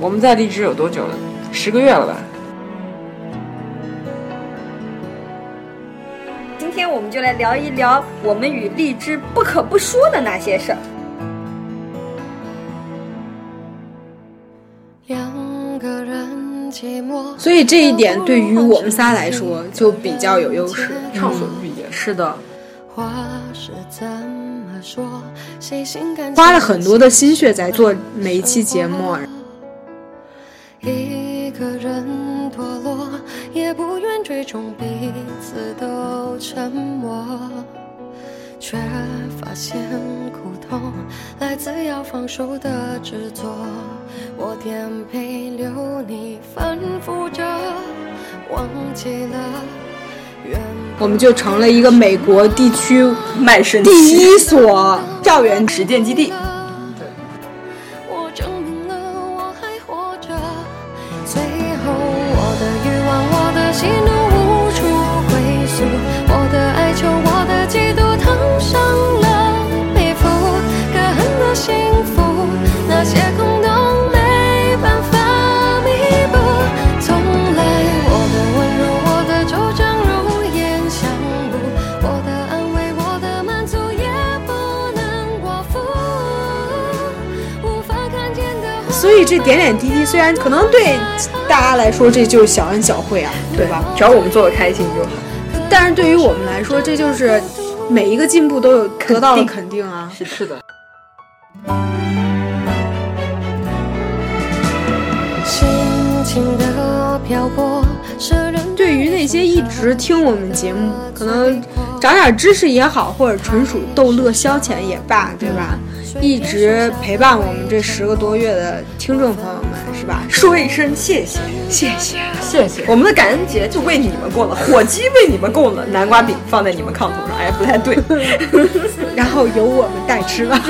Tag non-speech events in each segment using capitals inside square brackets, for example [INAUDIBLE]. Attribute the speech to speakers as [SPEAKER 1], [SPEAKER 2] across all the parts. [SPEAKER 1] 我们在荔枝有多久了？十个月了吧？
[SPEAKER 2] 今天我们就来聊一聊我们与荔枝不可不说的那些事儿。
[SPEAKER 3] 两个人寂寞，
[SPEAKER 4] 所以这一点对于我们仨来说就比较有优势。
[SPEAKER 1] 畅所欲言。
[SPEAKER 4] 是的，
[SPEAKER 3] 话是怎么说？谁心甘
[SPEAKER 4] 花了很多的心血在做每一期节目，啊
[SPEAKER 3] 一个人堕落，也不愿追踪彼此都沉默，却发现苦痛来自要放手的执着。我颠沛流离，反复着，忘记了原
[SPEAKER 4] 我们就成了一个美国地区
[SPEAKER 5] 卖身
[SPEAKER 4] 第一所校园
[SPEAKER 5] 实践基地。
[SPEAKER 3] 本。我证明了我还活着。最后，我的欲望，我的喜怒无处归宿，我的哀求，我的嫉妒，烫伤了皮肤，可恨的幸福，那些空洞没办法弥补。从来，我的温柔，我的主张如烟相顾，我的安慰，我的满足也不能过付，无法看见的。
[SPEAKER 4] 所以这点点滴滴虽然可能对大家来说这就是小恩小惠啊，对吧？
[SPEAKER 1] 只要我们做的开心就好。
[SPEAKER 4] 但是对于我们来说，这就是每一个进步都有得到了肯定啊。
[SPEAKER 1] 是是的，
[SPEAKER 3] 心情的漂泊，是人
[SPEAKER 4] 对于那些一直听我们节目，可能长点知识也好，或者纯属逗乐消遣也罢，对吧？一直陪伴我们这十个多月的听众朋友们，是吧？
[SPEAKER 5] 说一声谢谢，
[SPEAKER 4] 谢谢。
[SPEAKER 1] 谢谢。
[SPEAKER 5] 我们的感恩节就为你们过了，火鸡为你们供了，南瓜饼放在你们炕头上，哎，不太对。
[SPEAKER 4] [LAUGHS]
[SPEAKER 5] [LAUGHS]
[SPEAKER 4] 然后由我们代吃吧。
[SPEAKER 3] [LAUGHS]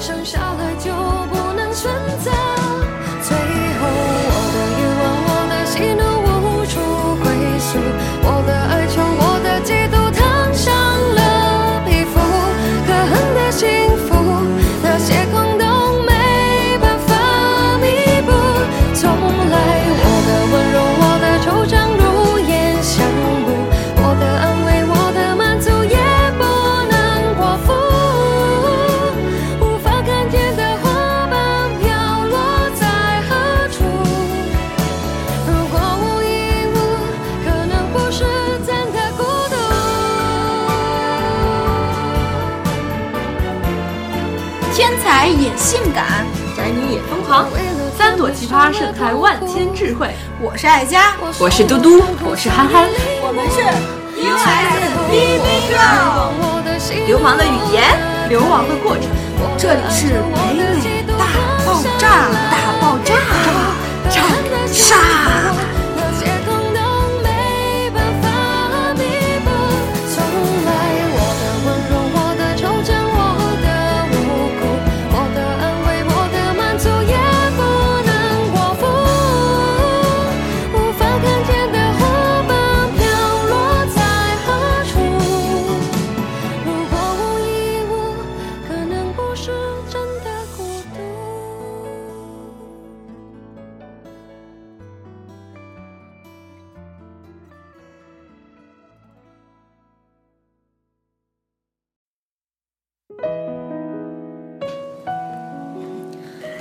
[SPEAKER 3] 生下来就不能选择。最后，我的欲望，我的喜怒无处归宿，我的哀求，我的嫉妒，烫伤了皮肤，可恨的幸福，那些空洞没办法弥补。从来，我的温柔，我的惆怅如烟相顾，我的安慰，我的满足也不能过付。无法看见的花瓣飘落在何处？如果无一物，可能不是真的孤独。
[SPEAKER 6] 天才也性感，
[SPEAKER 5] 宅女也疯狂，
[SPEAKER 6] 三朵奇葩
[SPEAKER 3] 盛开万千
[SPEAKER 6] 智慧。我是爱佳，
[SPEAKER 5] 我是嘟嘟，
[SPEAKER 3] 我是憨憨，
[SPEAKER 6] 我们是 U
[SPEAKER 5] 流氓的语言，流亡的过程。
[SPEAKER 6] 这里是北美大爆炸，大爆炸，炸炸！
[SPEAKER 3] 那些空洞没办法弥补。从来，我的温柔，我的惆怅，我的无辜，我的安慰，我的满足也不能过付。无法看见的花瓣飘落在何处？如果无一物，可能不是真的孤独。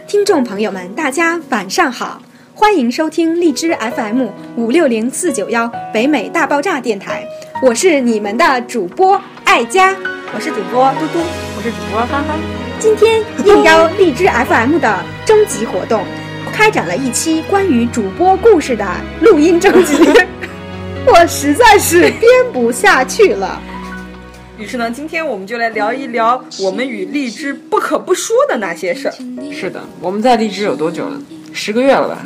[SPEAKER 4] 听众朋友们，大家晚上好，欢迎收听荔枝 FM 五六零四九幺北美大爆炸电台，我是你们的主播爱佳。
[SPEAKER 5] 我是主播嘟嘟，我是主播憨憨。
[SPEAKER 4] 今天应邀荔枝 FM 的征集活动，开展了一期关于主播故事的录音征 [LAUGHS] 集，我实在是编不下去了。
[SPEAKER 5] 于是呢，今天我们就来聊一聊我们与荔枝不可不说的那些事儿。
[SPEAKER 1] 是的，我们在荔枝有多久了？十个月了吧？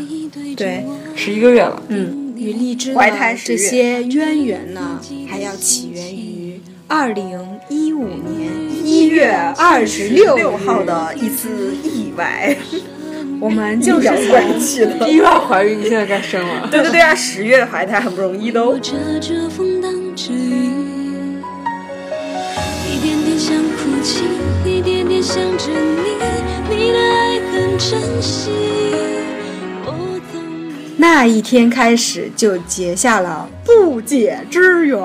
[SPEAKER 4] 对，
[SPEAKER 1] 十一个月了。
[SPEAKER 4] 与荔枝呢
[SPEAKER 5] 怀胎十
[SPEAKER 4] 这
[SPEAKER 5] 月
[SPEAKER 4] 些渊源呢，还要起源于二零一五年一月二十
[SPEAKER 5] 六
[SPEAKER 4] 六
[SPEAKER 5] 号的一次意外， [LAUGHS]
[SPEAKER 4] 我们就是
[SPEAKER 5] 阴阳怪气的。
[SPEAKER 1] 意外怀孕，现在该生 [LAUGHS] 了。
[SPEAKER 5] 对对对啊，十月怀胎很不容易的哦。
[SPEAKER 3] 遮着风挡着雨，一点点想哭泣，一点点想着你，你的爱很值珍惜。我总以
[SPEAKER 4] 那一天开始就结下了不解之缘。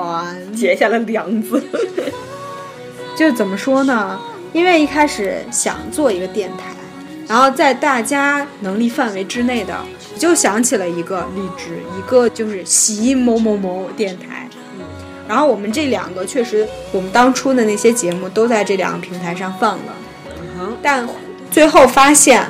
[SPEAKER 5] 结下了梁子。
[SPEAKER 4] [LAUGHS] 就怎么说呢？因为一开始想做一个电台，然后在大家能力范围之内的，我就想起了一个荔枝，一个就是习某某某电台。嗯，然后我们这两个确实，我们当初的那些节目都在这两个平台上放了，但最后发现，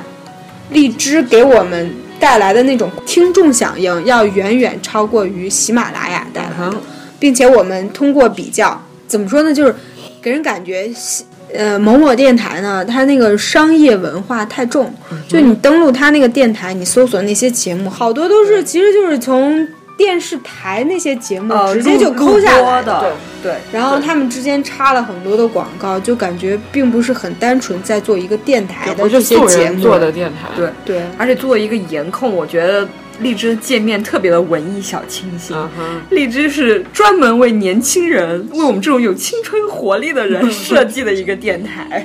[SPEAKER 4] 荔枝给我们带来的那种听众响应，要远远超过于喜马拉雅带来的。并且我们通过比较，怎么说呢，就是给人感觉，呃，某某电台呢，它那个商业文化太重，就你登录它那个电台，你搜索那些节目，好多都是其实就是从电视台那些节目直接就抠下来
[SPEAKER 5] 的，对对。
[SPEAKER 4] 然后他们之间插了很多的广告，就感觉并不是很单纯在做一个电台的
[SPEAKER 1] 我就
[SPEAKER 4] 这些
[SPEAKER 1] 素
[SPEAKER 4] 节
[SPEAKER 1] 人
[SPEAKER 4] 目。
[SPEAKER 1] 做的电台，
[SPEAKER 5] 对
[SPEAKER 4] 对，
[SPEAKER 5] 而且作为一个颜控，我觉得荔枝界面特别的文艺小清新。
[SPEAKER 1] 嗯哼，
[SPEAKER 5] 荔枝是专门为年轻人，为我们这种有青春活力的人设计的一个电台。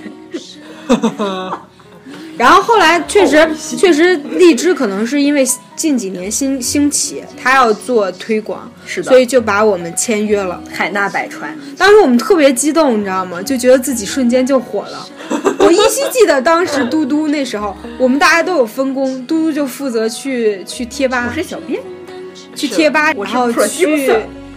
[SPEAKER 4] 然后后来确
[SPEAKER 1] 哦
[SPEAKER 4] 实、确实，荔枝可能是因为近几年兴兴起，它要做推广，
[SPEAKER 5] 是的
[SPEAKER 4] 所以就把我们签约了。
[SPEAKER 5] [LAUGHS] 海纳百川，
[SPEAKER 4] 当时我们特别激动，你知道吗？就觉得自己瞬间就火
[SPEAKER 1] [LAUGHS]
[SPEAKER 4] 了。我依稀记得当时嘟嘟那时候，我们大家都有分工，嘟嘟就负责去去贴吧
[SPEAKER 5] 我，是小编，
[SPEAKER 4] 去贴吧，
[SPEAKER 5] 我
[SPEAKER 4] 然
[SPEAKER 5] 是
[SPEAKER 4] 后 [LAUGHS]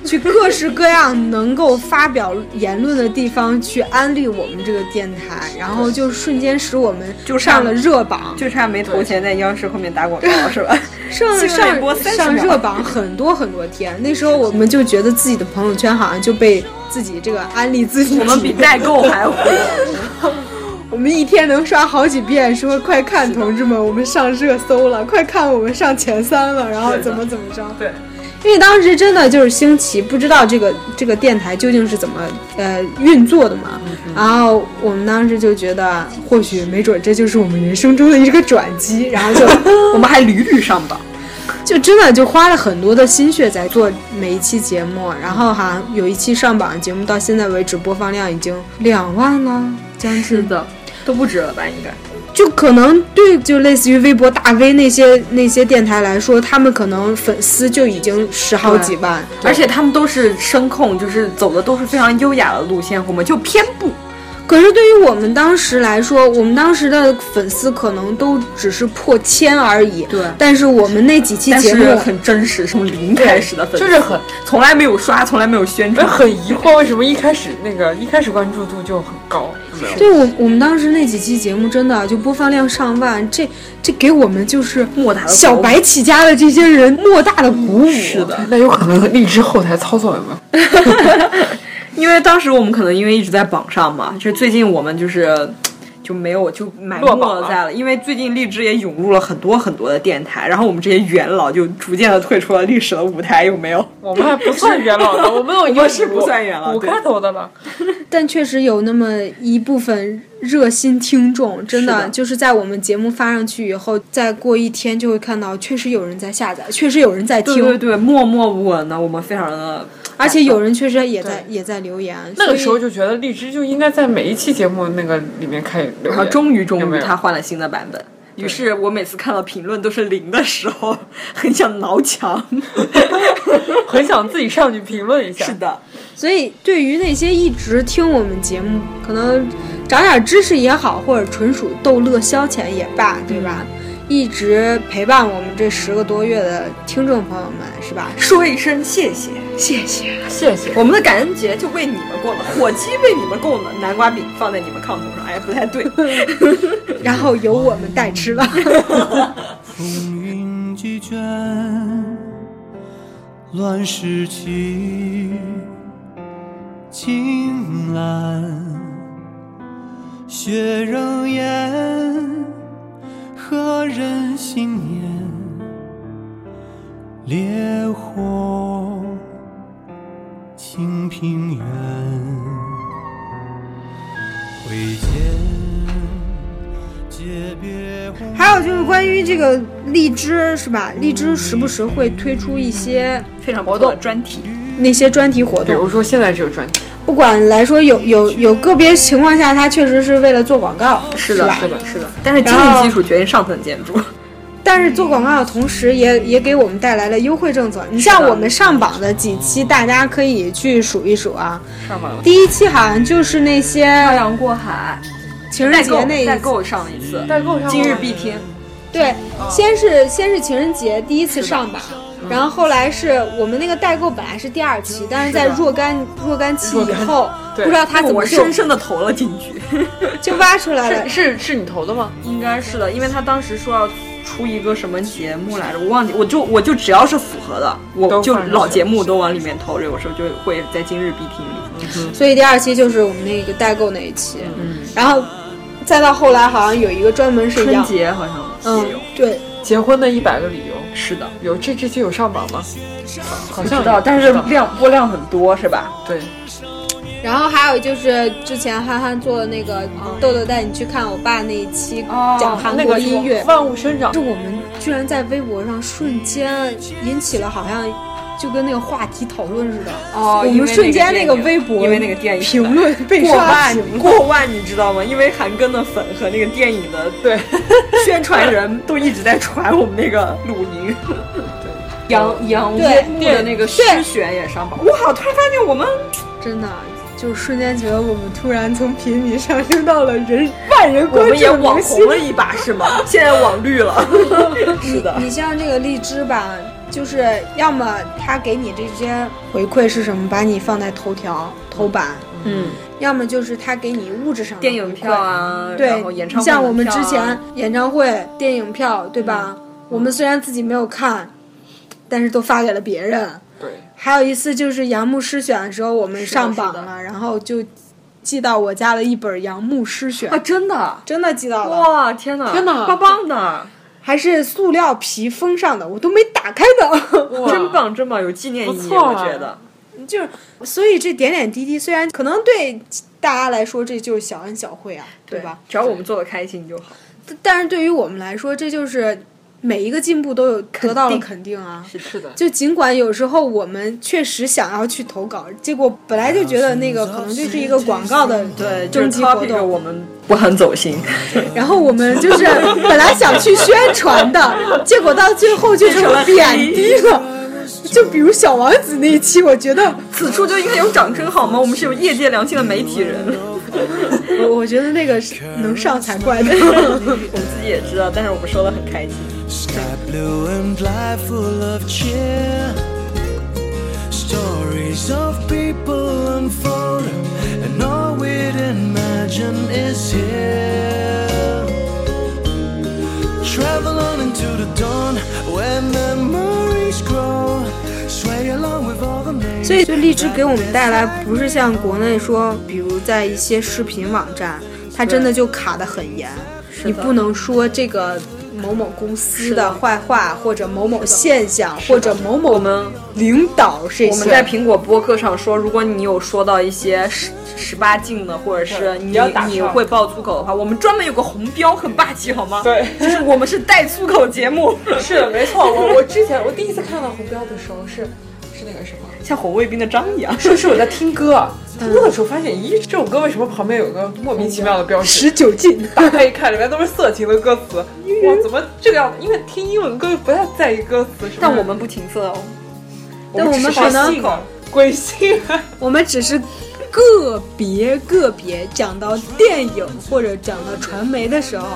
[SPEAKER 4] 去去
[SPEAKER 5] [LAUGHS] producer
[SPEAKER 4] 各式各样能够发表言论的地方去安利我们这个电台，然后就瞬间使我们
[SPEAKER 5] 就
[SPEAKER 4] 上
[SPEAKER 5] 上
[SPEAKER 4] 了热榜。
[SPEAKER 5] 就差没投钱在央视后面打广告是吧？
[SPEAKER 4] 上
[SPEAKER 5] 新闻联播
[SPEAKER 4] 上
[SPEAKER 5] 30
[SPEAKER 4] 上
[SPEAKER 5] 秒
[SPEAKER 4] 热榜很多很多天，那时候我们就觉得自己的朋友圈好像就被自己这个安利自己，
[SPEAKER 5] 我们比代购还 [LAUGHS] 火。
[SPEAKER 4] 我们一天能刷好几遍，说快看同志们，我们上热搜了，快看我们上前三了，然后怎么怎么着。
[SPEAKER 5] 对，
[SPEAKER 4] 因为当时真的就是兴起，不知道这个这个电台究竟是怎么呃运作的嘛。然后我们当时就觉得，或许没准这就是我们人生中的一个转机，然后就
[SPEAKER 5] 我们还屡屡上榜，
[SPEAKER 4] 就真的就花了很多的心血在做每一期节目，然后好像有一期上榜节目到现在为止播放量已经两万了，将近。
[SPEAKER 5] 的，都不止了吧？应该
[SPEAKER 4] 就可能对，就类似于微博大 V 那些那些电台来说，他们可能粉丝就已经十好几万，
[SPEAKER 5] 而且他们都是声控，就是走的都是非常优雅的路线，我们就偏不。
[SPEAKER 4] 可是对于我们当时来说，我们当时的粉丝可能都只是破千而已。
[SPEAKER 5] 对
[SPEAKER 4] 但是我们那几期
[SPEAKER 5] 但
[SPEAKER 4] 节
[SPEAKER 5] 是
[SPEAKER 4] 目，
[SPEAKER 5] 很真实，从零开始的粉丝，
[SPEAKER 1] 就是很
[SPEAKER 5] 从来没有刷，从来没有宣
[SPEAKER 1] 我
[SPEAKER 5] 传，
[SPEAKER 1] 很疑惑为什么一开始那个一开始关注度就很高，没有
[SPEAKER 4] 对我我们当时那几期节目真的啊就播放量上万，这这给我们就是
[SPEAKER 5] 莫大的
[SPEAKER 4] 小白起家的这些人莫大的鼓舞。啊
[SPEAKER 5] 是的，
[SPEAKER 1] 那有可能荔枝后台操作有没有？
[SPEAKER 5] 因为当时我们可能因为一直在榜上嘛，就是最近我们就是。就没有就埋
[SPEAKER 1] 嗯落榜
[SPEAKER 5] 没
[SPEAKER 1] 了
[SPEAKER 5] 在了，因为最近荔枝也涌入了很多很多的电台，然后我们这些元老就逐渐的退出了历史的舞台，有没有？
[SPEAKER 1] 我们还不算元老的， [LAUGHS] 我们有一个
[SPEAKER 5] 们是不算元老
[SPEAKER 1] 五
[SPEAKER 5] 对
[SPEAKER 1] 开头的了。
[SPEAKER 4] 但确实有那么一部分热心听众，真的啊
[SPEAKER 5] 是的
[SPEAKER 4] 就是在我们节目发上去以后，再过一天就会看到，确实有人在下载，确实有人在听，
[SPEAKER 5] 对对对，默默无闻的，我们非
[SPEAKER 1] [LAUGHS]
[SPEAKER 5] 常的，
[SPEAKER 4] 而且有人确实也在也在留言。
[SPEAKER 1] 那个时候
[SPEAKER 4] 所以
[SPEAKER 1] 就觉得荔枝就应该在每一期节目那个里面开留
[SPEAKER 5] 然后
[SPEAKER 1] 言。
[SPEAKER 5] 终于终
[SPEAKER 1] 有没
[SPEAKER 5] 于
[SPEAKER 1] 有
[SPEAKER 5] 他换了新的版本，于是我每次看到评论都是零的时候，很想挠
[SPEAKER 1] [LAUGHS]
[SPEAKER 5] 墙。
[SPEAKER 1] 很想自己上去评论一下。
[SPEAKER 5] 是的，
[SPEAKER 4] 所以对于那些一直听我们节目，可能长点知识也好，或者纯属逗乐消遣也罢，对吧？一直陪伴我们这十个多月的听众朋友们，是吧？
[SPEAKER 5] 说一声谢谢，
[SPEAKER 4] 谢谢。
[SPEAKER 1] 谢谢。
[SPEAKER 5] 我们的感恩节就为你们过了，火鸡为你们供了，南瓜饼放在你们炕头上，哎，不太对。
[SPEAKER 4] [LAUGHS] 然后由我们代吃了。
[SPEAKER 7] 风云几卷，乱世起，青蓝，雪仍艳，何人新年？烈火，清平原，挥剑，诀别红。
[SPEAKER 4] [LAUGHS] 还有就是关于这个荔枝是吧？荔枝时不时会推出一些
[SPEAKER 5] 非常不错的专题，
[SPEAKER 4] 那些专题活
[SPEAKER 1] 比
[SPEAKER 4] 动。
[SPEAKER 1] 如说现在这个专题，
[SPEAKER 4] 不管来说有有有个别情况下，它确实是为了做广告，
[SPEAKER 5] 是
[SPEAKER 4] 吧
[SPEAKER 5] 的，是的，是的。但是经济基础决定上层建 [LAUGHS] 筑，
[SPEAKER 4] 但是做广告的同时也，
[SPEAKER 5] 嗯
[SPEAKER 4] 也给我们带来了优惠政策。你像我们上榜的几期，大家可以去数一数啊。
[SPEAKER 1] 上完了。
[SPEAKER 4] 第一期好像就是那
[SPEAKER 5] 漂
[SPEAKER 4] 些
[SPEAKER 5] 洋过海，
[SPEAKER 4] 情人
[SPEAKER 5] 代
[SPEAKER 4] 节
[SPEAKER 5] 购
[SPEAKER 4] 那一
[SPEAKER 5] 代
[SPEAKER 4] 次，
[SPEAKER 5] 购嗯上一次，
[SPEAKER 1] 代购上
[SPEAKER 5] 今日必听，
[SPEAKER 4] 对，先是先是情人节第一次上榜，
[SPEAKER 5] 嗯
[SPEAKER 4] 然后后来是我们那个代购本来是第二期，但是在若干若干期以后，不
[SPEAKER 1] 对
[SPEAKER 4] 知道他怎
[SPEAKER 5] 我
[SPEAKER 4] 么就
[SPEAKER 5] 深深的投了进去。
[SPEAKER 4] 就挖出来了
[SPEAKER 1] 是。是是你投的吗？
[SPEAKER 5] [LAUGHS] 应该是的，因为他当时说要出一个什么节目来着，我忘记，我就我就只要是符合的，我
[SPEAKER 1] 都
[SPEAKER 5] 就
[SPEAKER 1] 放上去
[SPEAKER 5] 老节目都往里面投，这有时候就会在今日必听里。
[SPEAKER 4] 所以第二期就是我们那个代购那一期，
[SPEAKER 5] 嗯
[SPEAKER 4] 然后再到后来好像有一个专门是
[SPEAKER 5] 春
[SPEAKER 4] 养，
[SPEAKER 5] 节好像
[SPEAKER 4] 嗯
[SPEAKER 5] 也有，，
[SPEAKER 4] 对，
[SPEAKER 1] 结婚的一百个理由
[SPEAKER 5] 是的，
[SPEAKER 1] 有这这期有上榜吗？好
[SPEAKER 5] 不
[SPEAKER 1] 像
[SPEAKER 5] 知道，但是量播量很多是吧？
[SPEAKER 1] 对，
[SPEAKER 4] 然后还有就是之前憨憨做的那个豆豆带你去看我爸那一期
[SPEAKER 5] 哦
[SPEAKER 4] 讲韩
[SPEAKER 1] 那
[SPEAKER 4] 国
[SPEAKER 1] 个
[SPEAKER 4] 音乐，
[SPEAKER 1] 万物生长
[SPEAKER 4] 哦是我们居然在微博上瞬间引起了好像就跟那个话题讨论似的，
[SPEAKER 5] 哦
[SPEAKER 4] 我们瞬间那个微博
[SPEAKER 5] 因为那个电影
[SPEAKER 4] 评论被
[SPEAKER 5] 过
[SPEAKER 4] 刷
[SPEAKER 5] 万
[SPEAKER 4] 屏了。
[SPEAKER 5] 过万，你知道吗？因为韩庚的粉和那个电影的
[SPEAKER 1] 对
[SPEAKER 5] [LAUGHS] 宣传人都一直在传我们那个鲁
[SPEAKER 4] [LAUGHS]
[SPEAKER 5] 宁，杨杨
[SPEAKER 4] 对
[SPEAKER 5] 木的那个诗选也上榜。哇！突然发现我们
[SPEAKER 4] 真的啊就瞬间觉得我们突然从平民上升到了人万人
[SPEAKER 5] 我
[SPEAKER 4] 关
[SPEAKER 5] 们也
[SPEAKER 4] 注
[SPEAKER 5] 网
[SPEAKER 4] 明星
[SPEAKER 5] 红。了一把是吗？ [LAUGHS] 现在网绿
[SPEAKER 4] [LAUGHS]
[SPEAKER 5] 了， [LAUGHS] 是的。
[SPEAKER 4] 你像这个荔枝吧，就是要么他给你这些回馈是什么，把你放在头条、头版，
[SPEAKER 5] 嗯，
[SPEAKER 4] 要么就是他给你物质上的
[SPEAKER 5] 电影票
[SPEAKER 4] 回馈。
[SPEAKER 5] 啊，
[SPEAKER 4] 对，
[SPEAKER 5] 然后演唱会、啊
[SPEAKER 4] 像我们之前，演唱会、电影票，对吧？
[SPEAKER 5] 嗯
[SPEAKER 4] 我们虽然自己没有看，但是都发给了别人。
[SPEAKER 1] 对，
[SPEAKER 4] 还有一次就是杨牧诗选的时候，我们
[SPEAKER 5] 的
[SPEAKER 4] 上榜
[SPEAKER 5] 是的
[SPEAKER 4] 了，然后就寄到我家了一本杨牧诗选
[SPEAKER 5] [LAUGHS] 啊，，真的。
[SPEAKER 4] 真的寄到了，
[SPEAKER 5] 哇天哪！
[SPEAKER 1] 天哪
[SPEAKER 5] 棒棒的，
[SPEAKER 4] 还是塑料皮封上的，我都没打开呢。
[SPEAKER 1] 哇
[SPEAKER 5] 真棒真棒，有纪念意
[SPEAKER 1] 不
[SPEAKER 5] 义，
[SPEAKER 1] 错啊
[SPEAKER 5] 我觉得。
[SPEAKER 4] 就是，所以这点点滴滴，虽然可能对大家来说这就是小恩小惠啊，对吧？？
[SPEAKER 5] 只要我们做的开心就好。
[SPEAKER 4] 但但是对于我们来说，这就是每一个进步都有得到了肯定啊。
[SPEAKER 1] 是的，
[SPEAKER 4] 就尽管有时候我们确实想要去投稿，结果本来就觉得那个可能就是一个广告的
[SPEAKER 5] 对，呃就
[SPEAKER 4] 征
[SPEAKER 5] 啊是
[SPEAKER 4] 集活
[SPEAKER 5] copy 着
[SPEAKER 4] 动，
[SPEAKER 5] 我们不很走心，
[SPEAKER 4] 然后我们就是本来想去宣传
[SPEAKER 5] [LAUGHS]
[SPEAKER 4] 的，结果到最后就成了贬低了。就比如小王子那一期，我觉得
[SPEAKER 5] 此处就应该有掌声好吗？我们是有业界良心的媒体人，
[SPEAKER 4] 我我觉得那个是能上才怪的。
[SPEAKER 5] [LAUGHS] 我们自己也知道，但是我们说的很开心。
[SPEAKER 7] Sky blue and life full of cheer. Stories of people unfold, and all we'd imagine is here. Travel on into the dawn where memories grow. Sway along with all the names.
[SPEAKER 4] 所以，就荔枝给我们带来不是像国内说，比如在一些视频网站，它真的就卡得很严，你不能说这个某某公司的坏话，或者某某现象，或者某
[SPEAKER 5] 我
[SPEAKER 4] 某
[SPEAKER 5] 们
[SPEAKER 4] 领导这
[SPEAKER 5] 我们在
[SPEAKER 4] 些。
[SPEAKER 5] 苹果播客上说，如果你有说到一些十十八禁的，或者是
[SPEAKER 1] 对
[SPEAKER 5] 你
[SPEAKER 1] 你要打
[SPEAKER 5] 你
[SPEAKER 1] 上
[SPEAKER 5] 会爆粗口的话，我们专门有个红标，很霸气好吗？
[SPEAKER 1] 对
[SPEAKER 5] 就是我们是带粗口节目，
[SPEAKER 1] [LAUGHS] 是的，没错。我我之前我第一次看到红标的时候是是那个什么。
[SPEAKER 5] 像红卫兵的张一样。
[SPEAKER 1] 是不是我在听歌？啊听歌的时候发现，咦，这首歌为什么旁边有个莫名其妙的标识？
[SPEAKER 4] 十九
[SPEAKER 1] [LAUGHS]
[SPEAKER 4] 禁，
[SPEAKER 1] 打开一看，里面都是色情的歌词。哇，怎么这个样子？因为听英文歌不太在意歌词什么的。
[SPEAKER 5] 但我们不情色哦，
[SPEAKER 4] 但我们可能
[SPEAKER 1] 信啊，鬼信啊。
[SPEAKER 4] 我们只是个别个别讲到电影或者讲到传媒的时候，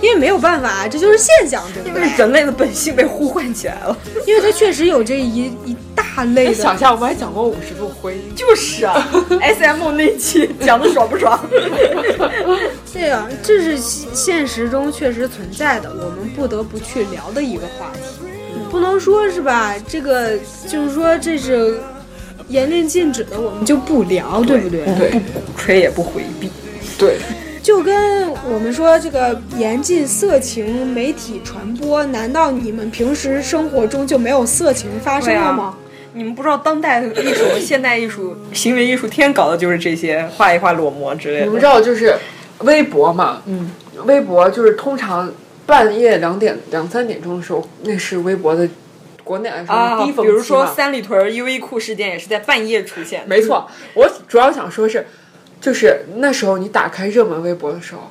[SPEAKER 4] 因为没有办法，啊这就是现象，对
[SPEAKER 5] 因
[SPEAKER 4] 不
[SPEAKER 5] 为
[SPEAKER 4] 对？
[SPEAKER 5] 人类的本性被呼唤起来了。 [LAUGHS]
[SPEAKER 4] 因为它确实有这一一大类
[SPEAKER 1] 哎
[SPEAKER 4] 的
[SPEAKER 1] 想一下，我们还讲过五十度灰，
[SPEAKER 5] 就是啊，S M O 那期讲的爽不爽？
[SPEAKER 4] 对啊，这是现现实中确实存在的，我们不得不去聊的一个话题，不能说是吧？这个就是说这是严令禁止的，我们就不聊，对不对？
[SPEAKER 1] 对
[SPEAKER 5] [LAUGHS] 吹也不回避，
[SPEAKER 1] 对，
[SPEAKER 4] 就跟我们说这个严禁色情媒体传播，难道你们平时生活中就没有色情发生
[SPEAKER 5] 对啊
[SPEAKER 4] 了吗？
[SPEAKER 5] 你们不知道当代艺术、现代艺术、行为艺术天搞的就是这些，画一画裸模之类
[SPEAKER 1] 你们
[SPEAKER 5] 的。
[SPEAKER 1] 知道就是微博嘛？嗯，微博就是通常半夜两点、两三点钟的时候，那是微博的国内来说
[SPEAKER 5] 啊，
[SPEAKER 1] 嗯低峰
[SPEAKER 5] 比如
[SPEAKER 1] 期嘛
[SPEAKER 5] 说三里屯优衣库事件也是在半夜出现的，
[SPEAKER 1] 没错，我主要想说是，就是那时候你打开热门微博的时候，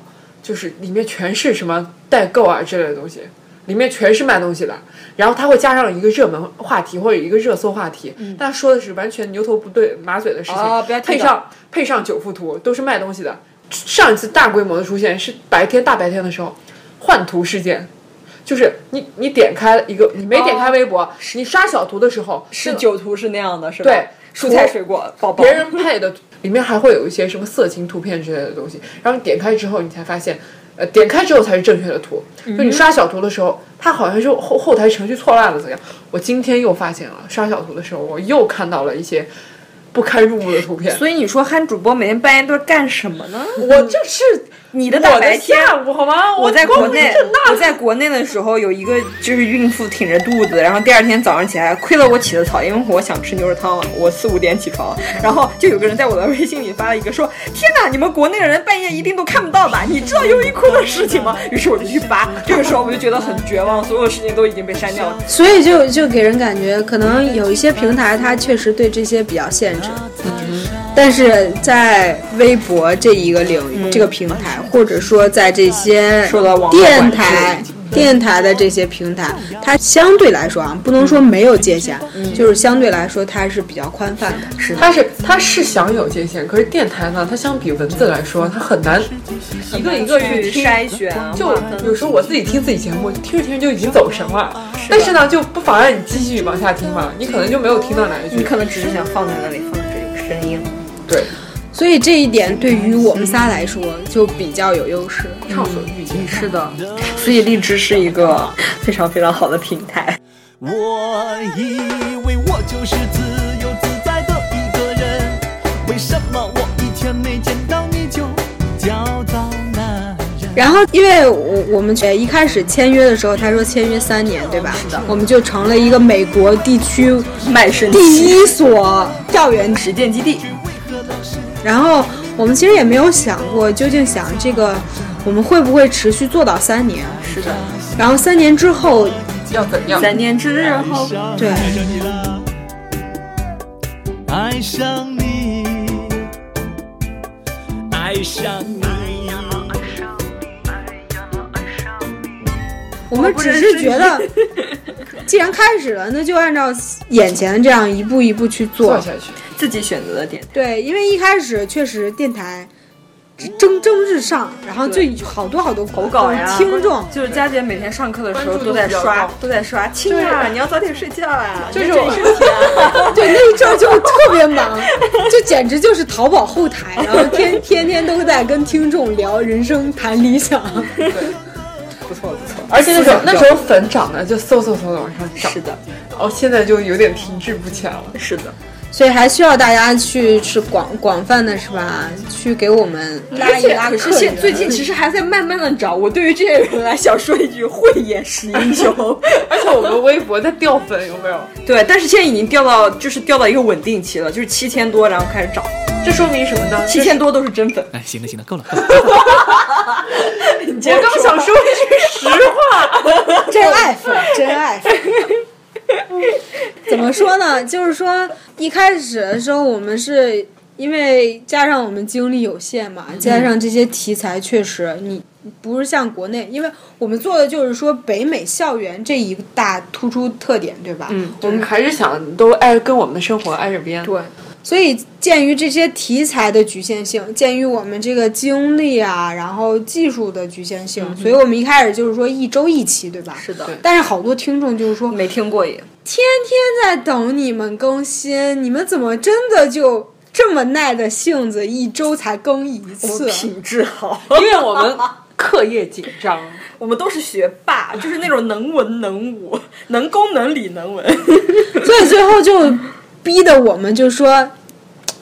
[SPEAKER 1] 就是里面全是什么代购啊之类的东西，里面全是卖东西的，然后它会加上一个热门话题或者一个热搜话题，但说的是完全牛头不对马嘴的事情，
[SPEAKER 5] 啊嗯不要提
[SPEAKER 1] 配
[SPEAKER 5] 到
[SPEAKER 1] 上配上九幅图都是卖东西的。上一次大规模的出现是白天大白天的时候，换图事件。就是你，你点开一个，你没点开微博，你刷小图的时候，那
[SPEAKER 5] 哦是
[SPEAKER 1] 个
[SPEAKER 5] 酒图是那样的，是吧？
[SPEAKER 1] 对
[SPEAKER 5] 蔬菜
[SPEAKER 1] 图
[SPEAKER 5] 水果宝宝，
[SPEAKER 1] 别人配的里面还会有一些什么色情图片之类的东西，然后你点开之后，你才发现，呃，点开之后才是正确的图。就你刷小图的时候，它好像是后后台程序错乱了怎样？我今天又发现了，刷小图的时候，我又看到了一些不堪入目的图片。
[SPEAKER 5] 所以你说憨主播每天半夜都是干什么呢？
[SPEAKER 1] 我就是
[SPEAKER 5] 你的大
[SPEAKER 1] 嗯我
[SPEAKER 5] 白
[SPEAKER 1] 的
[SPEAKER 5] 天。
[SPEAKER 1] 下午好吗？
[SPEAKER 5] 我在
[SPEAKER 1] 光
[SPEAKER 5] 国内
[SPEAKER 1] 明正，大
[SPEAKER 5] 我在国内的时候有一个就是孕妇挺着肚子，然后第二天早上起来，亏了我起得早，因为我想吃牛肉汤，啊我四五点起床，然后就有个人在我的微信里发了一个说：“天哪，你们国内人半夜一定都看不到吧？你知道优衣库的事情吗？”于是我就去扒，这个时候我就觉得很绝望，所有事情都已经被删掉了。
[SPEAKER 4] 所以就就给人感觉，可能有一些平台它确实对这些比较限制，但是在微博这一个领域、这个平台，或者说在这些
[SPEAKER 5] 嗯受到网络
[SPEAKER 4] 电
[SPEAKER 5] 管制
[SPEAKER 4] 台。电台的这些平台，它相对来说啊，不能说没有界限，
[SPEAKER 5] 嗯
[SPEAKER 4] 就是相对来说它是比较宽泛的。是
[SPEAKER 1] 它是它是享有界限，可是电台呢，它相比文字来说，它很难一个一个去
[SPEAKER 5] 去
[SPEAKER 1] 听
[SPEAKER 5] 筛选啊，
[SPEAKER 1] 就有时候我自己听自己节目，听着听着就已经走神了，但啊是呢，就不妨碍你继续往下听嘛。你可能就没有听到哪一
[SPEAKER 5] 你
[SPEAKER 1] 句，
[SPEAKER 5] 可能只是想放在那里放着有声音。
[SPEAKER 1] 对，
[SPEAKER 4] 所以这一点对于我们仨来说就比较有优势。
[SPEAKER 1] 畅所欲言。
[SPEAKER 5] 是的，所以荔枝是一个非常非常好的平台。
[SPEAKER 7] 我以为我就是自由自在的一个人，为什么我一天没见到你就叫到男人？
[SPEAKER 4] 然后，因为我我们呃一开始签约的时候，他说签约三年，对吧？是的，我们就成了一个美国地区
[SPEAKER 5] 卖身
[SPEAKER 4] 第一所校园
[SPEAKER 5] 实践基地，
[SPEAKER 4] 然后我们其实也没有想过，究竟想这个我们会不会持续做到三年？是的。然后三年之后，
[SPEAKER 1] 要怎样？
[SPEAKER 5] 三年之日后，
[SPEAKER 4] 对，
[SPEAKER 7] 爱上你，爱上你，
[SPEAKER 4] 我们只是觉 [LAUGHS] 得，既然开始了，那就按照眼前这样一步一步去
[SPEAKER 1] 做
[SPEAKER 4] 做。
[SPEAKER 1] 下去，
[SPEAKER 5] 自己选择的点。
[SPEAKER 4] 对，因为一开始确实电台蒸蒸日上，然后就有好多好多
[SPEAKER 5] 投稿呀，
[SPEAKER 4] 听 [LAUGHS] 众。
[SPEAKER 5] 就是佳姐每天上课的时候
[SPEAKER 1] 关注
[SPEAKER 5] 都
[SPEAKER 1] 度
[SPEAKER 5] 在
[SPEAKER 1] 比较
[SPEAKER 5] 刷
[SPEAKER 1] 高，
[SPEAKER 5] 都在刷。亲啊，你要早点睡觉啊！
[SPEAKER 1] 就是
[SPEAKER 5] 你要注意身体啊
[SPEAKER 4] 对，那一周就特别 [LAUGHS] 忙，就简直就是淘宝后台，然后天 [LAUGHS] 天天都在跟听众聊人生、谈理想。
[SPEAKER 5] 不错不错，
[SPEAKER 1] 而且那时候那时候粉涨呢，就嗖嗖嗖的往上涨，
[SPEAKER 5] 是的，
[SPEAKER 1] 哦，现在就有点停滞不前了。
[SPEAKER 5] 是的，
[SPEAKER 4] [LAUGHS] 所以还需要大家去是广广泛的是吧？去给我们拉一拉
[SPEAKER 5] 可是
[SPEAKER 4] 客啊
[SPEAKER 5] 现
[SPEAKER 4] 源。
[SPEAKER 5] 最近其实还在慢慢的找。我对于这些人来想说一句：慧眼识英雄。
[SPEAKER 1] 而且我们微博在掉粉，有没有？
[SPEAKER 5] [LAUGHS] 对，但是现在已经掉到就是掉到一个稳定期了，就是七千多，然后开始找，
[SPEAKER 1] 这说明什么呢？
[SPEAKER 5] 七千多都是真粉。
[SPEAKER 8] 哎，行了行了，够了。
[SPEAKER 5] 我
[SPEAKER 1] 我刚
[SPEAKER 5] [LAUGHS]
[SPEAKER 1] 想说一句实话，
[SPEAKER 4] 真爱粉，真爱粉。怎么说呢？就是说一开始的时候，我们是因为加上我们精力有限嘛，加上这些题材确实你不是像国内，因为我们做的就是说北美校园这一大突出特点，对吧？嗯。
[SPEAKER 1] 我们还是想都挨跟我们的生活挨着边。对，
[SPEAKER 4] 所以，鉴于这些题材的局限性，鉴于我们这个精力啊，然后技术的局限性，所以我们一开始就是说一周一期，对吧？
[SPEAKER 5] 嗯是的
[SPEAKER 1] 对
[SPEAKER 4] 但是好多听众就是说，
[SPEAKER 5] 没听过也。
[SPEAKER 4] 天天在等你们更新，你们怎么真的就这么耐的性子，一周才更一次？
[SPEAKER 5] 质好，
[SPEAKER 1] 因为我们课业紧张，
[SPEAKER 5] 我们都是学霸，就是那种能文能武，能公能理能文。
[SPEAKER 4] 所以最后就逼得我们就说，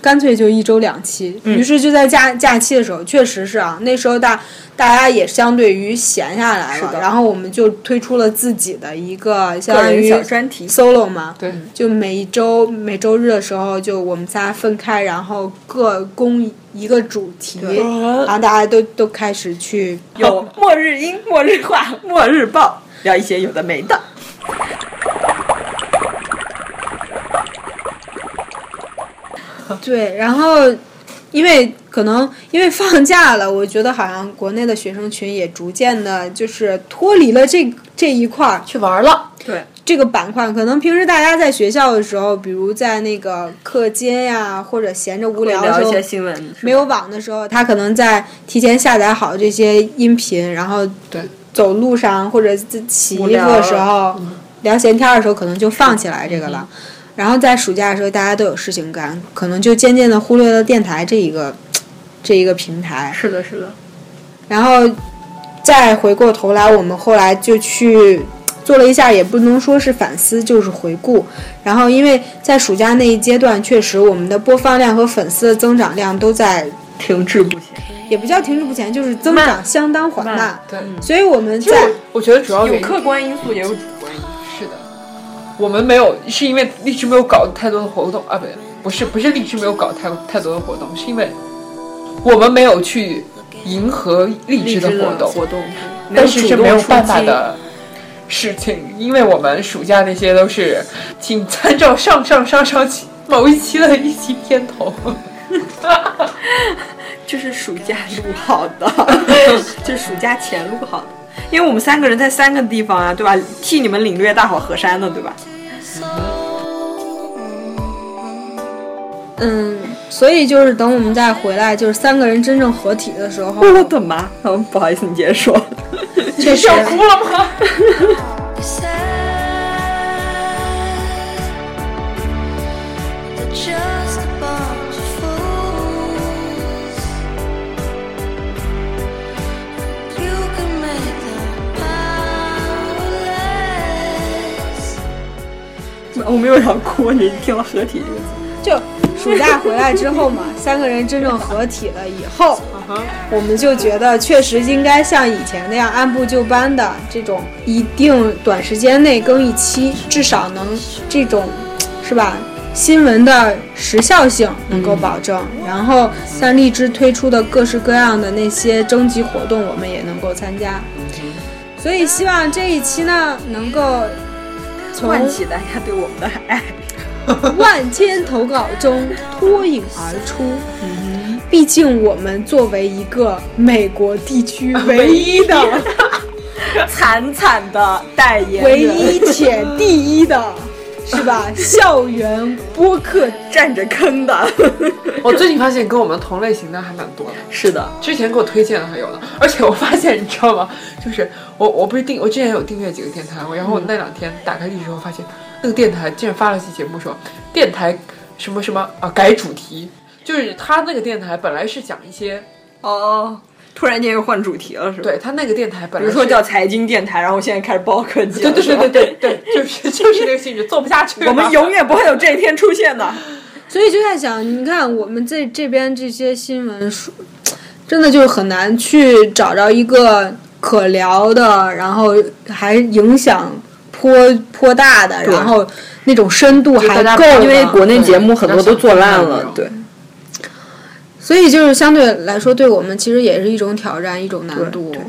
[SPEAKER 4] 干脆就一周两期。
[SPEAKER 5] 嗯
[SPEAKER 4] 于是就在假假期的时候，确实是啊，那时候大大家也相对于闲下来了，然后我们就推出了自己的一个相当于
[SPEAKER 5] 个人小专题
[SPEAKER 4] solo 嘛，
[SPEAKER 1] 对，
[SPEAKER 4] 就每一周每周日的时候，就我们仨分开，然后各攻一个主题，然后大家都都开始去
[SPEAKER 5] 有末日音、末日话、末日报，聊一些有的没的。
[SPEAKER 4] 对，然后因为可能因为放假了，我觉得好像国内的学生群也逐渐的，就是脱离了这这一块儿
[SPEAKER 1] 去玩了，
[SPEAKER 4] 这个板块。可能平时大家在学校的时候，比如在那个课间呀，或者闲着无聊的
[SPEAKER 5] 聊
[SPEAKER 4] 时
[SPEAKER 5] 一
[SPEAKER 4] 候
[SPEAKER 5] 些，新闻，
[SPEAKER 4] 没有网的时候，他可能在提前下载好这些音频，然后
[SPEAKER 1] 对
[SPEAKER 4] 走路上或者自洗衣服
[SPEAKER 5] 无聊嗯
[SPEAKER 4] 的时候聊闲天儿的时候，可能就放起来这个了。然后在暑假的时候，大家都有事情干，可能就渐渐的忽略了电台这一个这一个平台。
[SPEAKER 5] 是的，是的，
[SPEAKER 4] 然后再回过头来，我们后来就去做了一下，也不能说是反思，就是回顾。然后因为在暑假那一阶段，确实我们的播放量和粉丝的增长量都在
[SPEAKER 5] 停滞不前，
[SPEAKER 4] 也不叫停滞不前，就是增长相当缓慢。
[SPEAKER 5] 慢
[SPEAKER 1] [LAUGHS] 对。
[SPEAKER 4] 所以我们
[SPEAKER 1] 其实
[SPEAKER 4] 在
[SPEAKER 1] 我我觉得主要
[SPEAKER 5] 有
[SPEAKER 1] 原因
[SPEAKER 5] 客观因素，也有主观因素。
[SPEAKER 1] 是的，我们没有是因为荔枝没有搞太多的活动啊，不对，不是不是荔枝没有搞太太多的活动，是因为我们没有去迎合荔枝
[SPEAKER 5] 荔
[SPEAKER 1] 的
[SPEAKER 5] 枝
[SPEAKER 1] 活
[SPEAKER 5] 的
[SPEAKER 1] 动，
[SPEAKER 5] 活动，
[SPEAKER 1] 但是是没有办法
[SPEAKER 5] 主动出击。
[SPEAKER 1] 的事情，因为我们暑假那些都是，请参照上上上上期某一期的一期片
[SPEAKER 5] [LAUGHS]
[SPEAKER 1] 头。
[SPEAKER 5] 这是暑假录好的， [LAUGHS] 这是暑假前录好的，因为我们三个人在三个地方啊，对吧？替你们领略大好河山的，对吧？
[SPEAKER 4] 嗯，所以就是等我们再回来，就是三个人真正合体的时候，
[SPEAKER 5] 我的妈！嗯，不好意思，你接着说。 [LAUGHS]
[SPEAKER 4] 确实
[SPEAKER 3] Just a bunch of fools. You can make them powerless.
[SPEAKER 5] 我没有想哭，你听了合体这个词，
[SPEAKER 4] 就暑假回来之后嘛，三个人真正合体了以后，我们就觉得确实应该像以前那样按部就班的这种，一定短时间内更一期，至少能这种，是吧？新闻的时效性能够保证，然后像荔枝推出的各式各样的那些征集活动，我们也能够参加。所以希望这一期呢，能够从
[SPEAKER 5] 唤起大家对我们的爱。
[SPEAKER 4] 万千投稿中脱颖而出。嗯毕竟我们作为一个美国地区唯一 [LAUGHS] 的、
[SPEAKER 5] 惨惨的代言
[SPEAKER 4] 唯
[SPEAKER 5] 人
[SPEAKER 4] 一且第一的，是吧？校园播客
[SPEAKER 5] 站着坑的，
[SPEAKER 1] 我最近发现跟我们同类型的还蛮多的。
[SPEAKER 5] 是的，
[SPEAKER 1] 之前给我推荐的还有呢，而且我发现你知道吗？ [LAUGHS] 就是我我不是订我之前有订阅几个电台，然后我那两天打开荔枝后发现，那个电台竟然发了期节目说电台什么什么啊改主题，就是他那个电台本来是讲一些，
[SPEAKER 5] 哦，突然间又换主题了，是吧？，
[SPEAKER 1] 对他那个电台本来
[SPEAKER 5] 比如
[SPEAKER 1] 是
[SPEAKER 5] 说叫财经电台，然后现在开始包科技
[SPEAKER 1] 对
[SPEAKER 5] 了，
[SPEAKER 1] 对对
[SPEAKER 5] 是吧
[SPEAKER 1] 对对对，就是就是这个性质，做不下去 [LAUGHS] 了。
[SPEAKER 5] 我们永远不会有这一天出现的。
[SPEAKER 4] 所以就在想，你看我们这这边这些新闻说，真的就是很难去找着一个可聊的，然后还影响颇颇大的，然后那种深度还够的，
[SPEAKER 1] 对，
[SPEAKER 4] 所以就是相对来说，对我们其实也是一种挑战，一种难度
[SPEAKER 5] 对。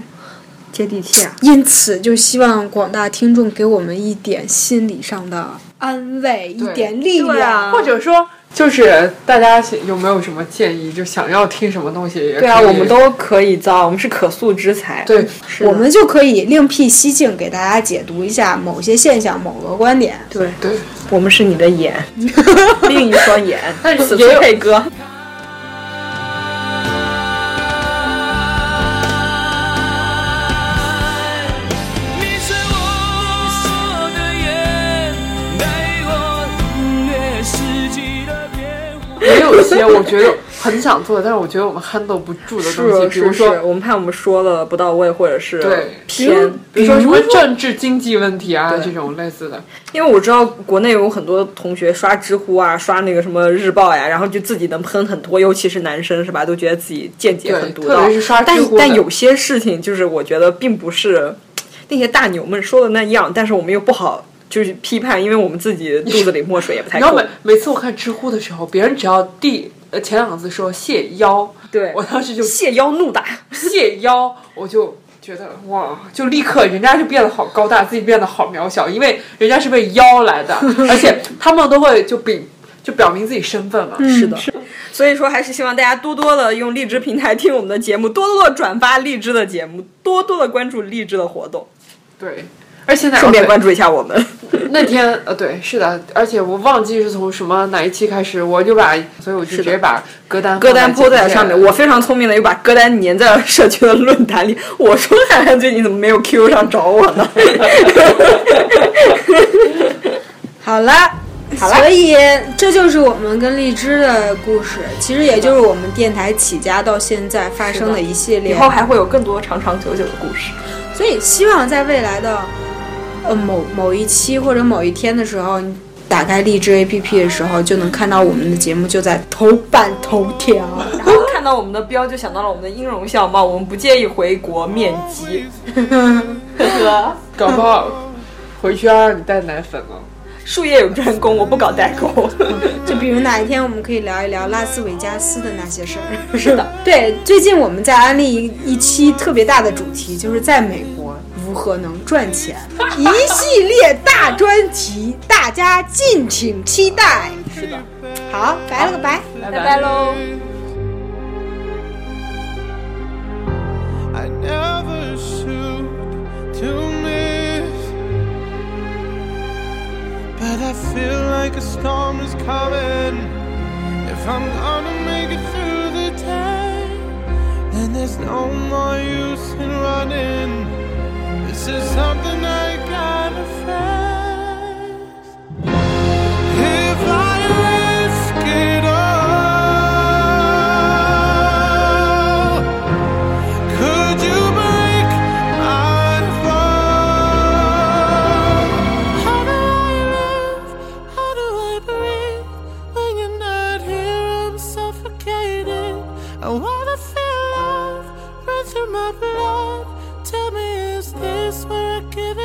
[SPEAKER 5] 接地气啊！
[SPEAKER 4] 因此，就希望广大听众给我们一点心理上的安慰，一点力
[SPEAKER 5] 对啊
[SPEAKER 4] 量。
[SPEAKER 1] 或者说就是大家有没有什么建议，就想要听什么东西也可以？
[SPEAKER 5] 对啊，我们都可以造，我们是可塑之才。
[SPEAKER 1] 对。
[SPEAKER 5] 是的，
[SPEAKER 4] 我们就可以另辟蹊径，给大家解读一下某些现象、某个观点。
[SPEAKER 5] 对，
[SPEAKER 1] 对。
[SPEAKER 5] 我们是你的 [LAUGHS] 眼，另一双眼，
[SPEAKER 1] 但是
[SPEAKER 5] 此
[SPEAKER 1] 也
[SPEAKER 5] 次
[SPEAKER 1] 有
[SPEAKER 5] 配歌。
[SPEAKER 7] 你是我的眼，带我领略四季的变化。
[SPEAKER 1] 也有一些我觉得很想做，但是我觉得我们 handle 不住的东西，
[SPEAKER 5] 是啊
[SPEAKER 1] 比如
[SPEAKER 5] 是是，
[SPEAKER 1] 说
[SPEAKER 5] 我们怕我们说了不到位，或者是
[SPEAKER 1] 对
[SPEAKER 5] 偏。
[SPEAKER 1] 比如说什么政治经济问题啊这种类似的，
[SPEAKER 5] 因为我知道国内有很多同学刷知乎啊，刷那个什么日报呀，然后就自己能喷很多，尤其是男生是吧，都觉得自己见解
[SPEAKER 1] 对
[SPEAKER 5] 很独
[SPEAKER 1] 特
[SPEAKER 5] 到。
[SPEAKER 1] 别是刷知
[SPEAKER 5] 但
[SPEAKER 1] 乎的
[SPEAKER 5] 但有些事情就是我觉得并不是那些大牛们说的那样，但是我们又不好就是批判，因为我们自己肚子里墨水也不太
[SPEAKER 1] 你知道
[SPEAKER 5] 够
[SPEAKER 1] 每。每次我看知乎的时候，别人只要第呃前两个字说谢邀，
[SPEAKER 5] 对
[SPEAKER 1] 我当时就
[SPEAKER 5] 谢邀怒打，
[SPEAKER 1] 谢邀，我就。觉得哇，就立刻人家就变得好高
[SPEAKER 5] [LAUGHS]
[SPEAKER 1] 大，自己变得好渺小，因为人家是被邀来的，而且他们都会就秉就表明自己身份了。
[SPEAKER 5] 是的，所以说还是希望大家多多的用荔枝平台听我们的节目，多多的转发荔枝的节目，多多的关注荔枝的活动，
[SPEAKER 1] 对，而且呢，
[SPEAKER 5] 顺便
[SPEAKER 1] 哦对
[SPEAKER 5] 关注一下我们。
[SPEAKER 1] [LAUGHS] 那天呃，对，是的，而且我忘记是从什么哪一期开始，我就把，所以我就直接把歌单
[SPEAKER 5] 歌单
[SPEAKER 1] 抛
[SPEAKER 5] 抛在了上面，我非常聪明的又把歌单粘在了社区的论坛里。我说涵涵最近怎么没有 Q 上找我 [LAUGHS] 呢？
[SPEAKER 4] 好了，所以这就是我们跟荔枝的故事，其实也就是我们电台起家到现在发生的一系
[SPEAKER 5] 以
[SPEAKER 4] 列。
[SPEAKER 5] 后还会有更多长长久久的故事。
[SPEAKER 4] 所以希望在未来的呃某某一期或者某一天的时候，你打开荔枝 APP 的时候，就能看到我们的节目就在头版头
[SPEAKER 5] [LAUGHS]
[SPEAKER 4] 条。
[SPEAKER 5] 然后看到我们的标就想到了我们的音容笑貌，我们不介意回国面基。呵呵，
[SPEAKER 1] 搞不好回去要让你带奶粉了。
[SPEAKER 5] 术业有专攻，我不搞代购。
[SPEAKER 4] 就比如哪一天我们可以聊一聊拉斯维加斯的那些事儿。
[SPEAKER 5] [LAUGHS] 是的，
[SPEAKER 4] 对，最近我们在安利一一期特别大的主题，就是在美国如何能赚
[SPEAKER 5] [LAUGHS]
[SPEAKER 4] 钱，一系列大专题，大家敬请期待。
[SPEAKER 5] 是的，
[SPEAKER 4] 好，拜了个拜。
[SPEAKER 5] 拜拜喽。
[SPEAKER 7] I never shoot to miss. But I feel like a storm is coming. If I'm gonna make it through the day, then there's no more use in running. This is something I gotta face. If I risk it all. Could you break my fall? How do I live? How do I breathe? When you're not here, I'm suffocating. I wanna feel love run through my blood. Tell me, is this where I give it?